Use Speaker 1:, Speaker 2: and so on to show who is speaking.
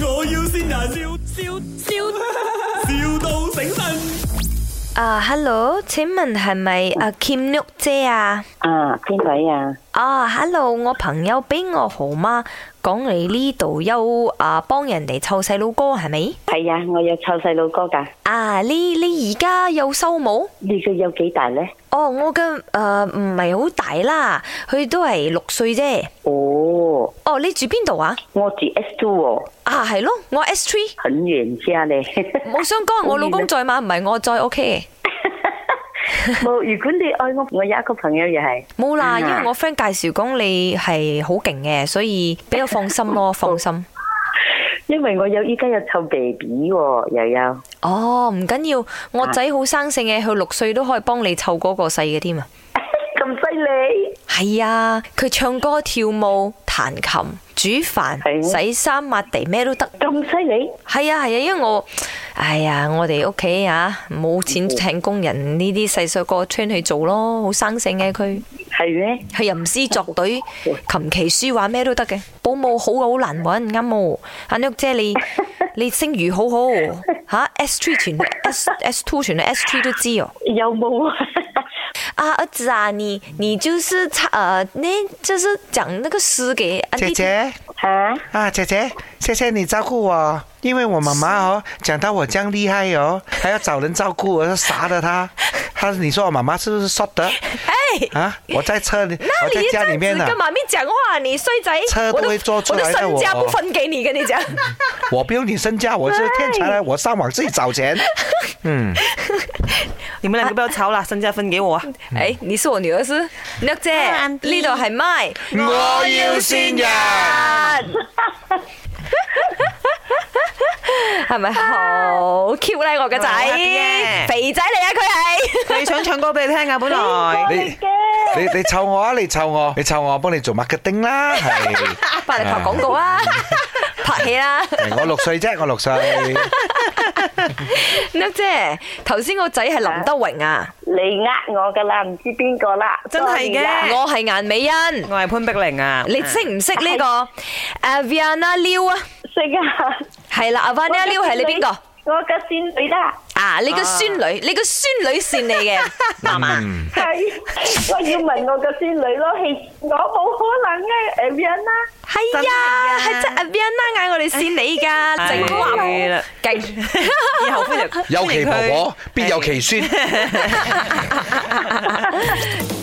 Speaker 1: 要先人，笑笑笑，,笑到醒神。
Speaker 2: 啊、h e l l o 請問係咪啊 Kim Nook 姐啊？
Speaker 3: 啊，邊位啊？
Speaker 2: 啊，Hello，我朋友俾我號碼，講你呢度有啊幫人哋湊細佬哥係咪？
Speaker 3: 係啊，我有湊細佬哥㗎。
Speaker 2: 啊，你你而家有收冇？
Speaker 3: 你個有幾大咧？
Speaker 2: 哦，我嘅诶唔係好大啦，佢都係六歲啫。
Speaker 3: 哦，
Speaker 2: 哦，你住邊度啊？
Speaker 3: 我住 S two 喎，
Speaker 2: 啊，係咯，我 S three，
Speaker 3: 很遠家咧。
Speaker 2: 我想講我老公在嘛，唔係我在，OK。
Speaker 3: 冇，如果你愛我，我有一個朋友又係。
Speaker 2: 冇啦，
Speaker 3: 嗯
Speaker 2: 因為我 friend 介紹講你係好勁嘅，所以比較放心咯，放心。
Speaker 3: 因為我有依家有湊 baby 喎，又有。
Speaker 2: 哦，唔緊要，我仔好生性嘅，佢六歲都可以幫你湊嗰個細嘅添啊。
Speaker 3: 咁犀利？
Speaker 2: 係啊，佢唱歌、跳舞、彈琴、煮飯、
Speaker 3: 係
Speaker 2: 洗衫、抹地，咩都得。
Speaker 3: 咁犀利？
Speaker 2: 係啊係啊，因為我，哎呀，我哋屋企啊冇錢請工人，呢啲細細個 train 去做咯，好生性嘅佢，
Speaker 3: 係咩？
Speaker 2: 佢吟詩作對、琴棋書畫咩都得嘅。保姆好啊好難揾，啱冇。阿 n 姐你你聲譽好好吓 s three 全 S S two 全 S three 都知哦。
Speaker 3: 有冇啊？
Speaker 2: 啊，儿子啊，你你就是唱呃，那就是讲那个诗给安
Speaker 4: 姐
Speaker 2: 弟听。
Speaker 4: 姐
Speaker 3: 嚇？
Speaker 4: 啊，姐姐，谢谢你照顾我，因为我妈妈哦，讲到我这样厉害哦，还要找人照顾，我说傻的她，她你说我妈妈是不是 short 的
Speaker 2: 哎，
Speaker 4: 啊？我在车里，
Speaker 2: 那
Speaker 4: 我在
Speaker 2: 你这
Speaker 4: 家
Speaker 2: 样
Speaker 4: 里
Speaker 2: 子
Speaker 4: 面呢、啊
Speaker 2: 跟妈咪讲话，你衰仔，
Speaker 4: 车
Speaker 2: 我
Speaker 4: 都会做出来
Speaker 2: 我
Speaker 4: 的
Speaker 2: 的身家
Speaker 4: 我
Speaker 2: 不分给你，跟你讲。
Speaker 4: 我不用你身价，我是天才来，我上网自己找钱。嗯，
Speaker 5: 你们两个不要吵啦，身家分给我啊！
Speaker 4: 嗯
Speaker 2: 哎，你是我女儿是？叻 姐，呢度系麦，
Speaker 4: 我要先人哎
Speaker 2: 啊系咪好 Q 咧？我嘅
Speaker 5: 好
Speaker 2: 仔
Speaker 5: happy 耶，
Speaker 2: 肥仔嚟啊！佢 系。
Speaker 5: 佢想唱歌俾你聽啊，本來
Speaker 4: 你你你凑我啊，你凑我，你凑我，我帮你做 marketing 啦，系。
Speaker 2: 翻嚟拍廣告啊，拍戲啦。
Speaker 4: 我六岁啫，我六岁。
Speaker 2: 叻姐，頭先個仔係林德榮啊，
Speaker 3: 你呃我㗎啦，唔知邊個啦。
Speaker 5: 真係嘅
Speaker 3: Sorry 啦
Speaker 2: 我係顏美欣。
Speaker 5: 我係潘碧玲啊，
Speaker 2: 你識唔識呢個 Aviana Liu 啊？
Speaker 3: 識啊。
Speaker 2: 係啦，Aviana Liu 係你邊個？
Speaker 3: 個？我嘅仙女啦，
Speaker 2: 啊，你個孫女，你個孫女善你 嘅，媽
Speaker 4: 嗯
Speaker 2: 媽。
Speaker 3: 係。我要問我嘅仙女咯，係我冇可能嘅 a 人啦。
Speaker 2: 係呀，係真 Aviana 嗌我哋善你 㗎，整話
Speaker 5: 係啦
Speaker 2: 勁。
Speaker 5: 以後歡迎
Speaker 4: 有其婆
Speaker 5: 歡迎佢
Speaker 4: 婆，必有其孫。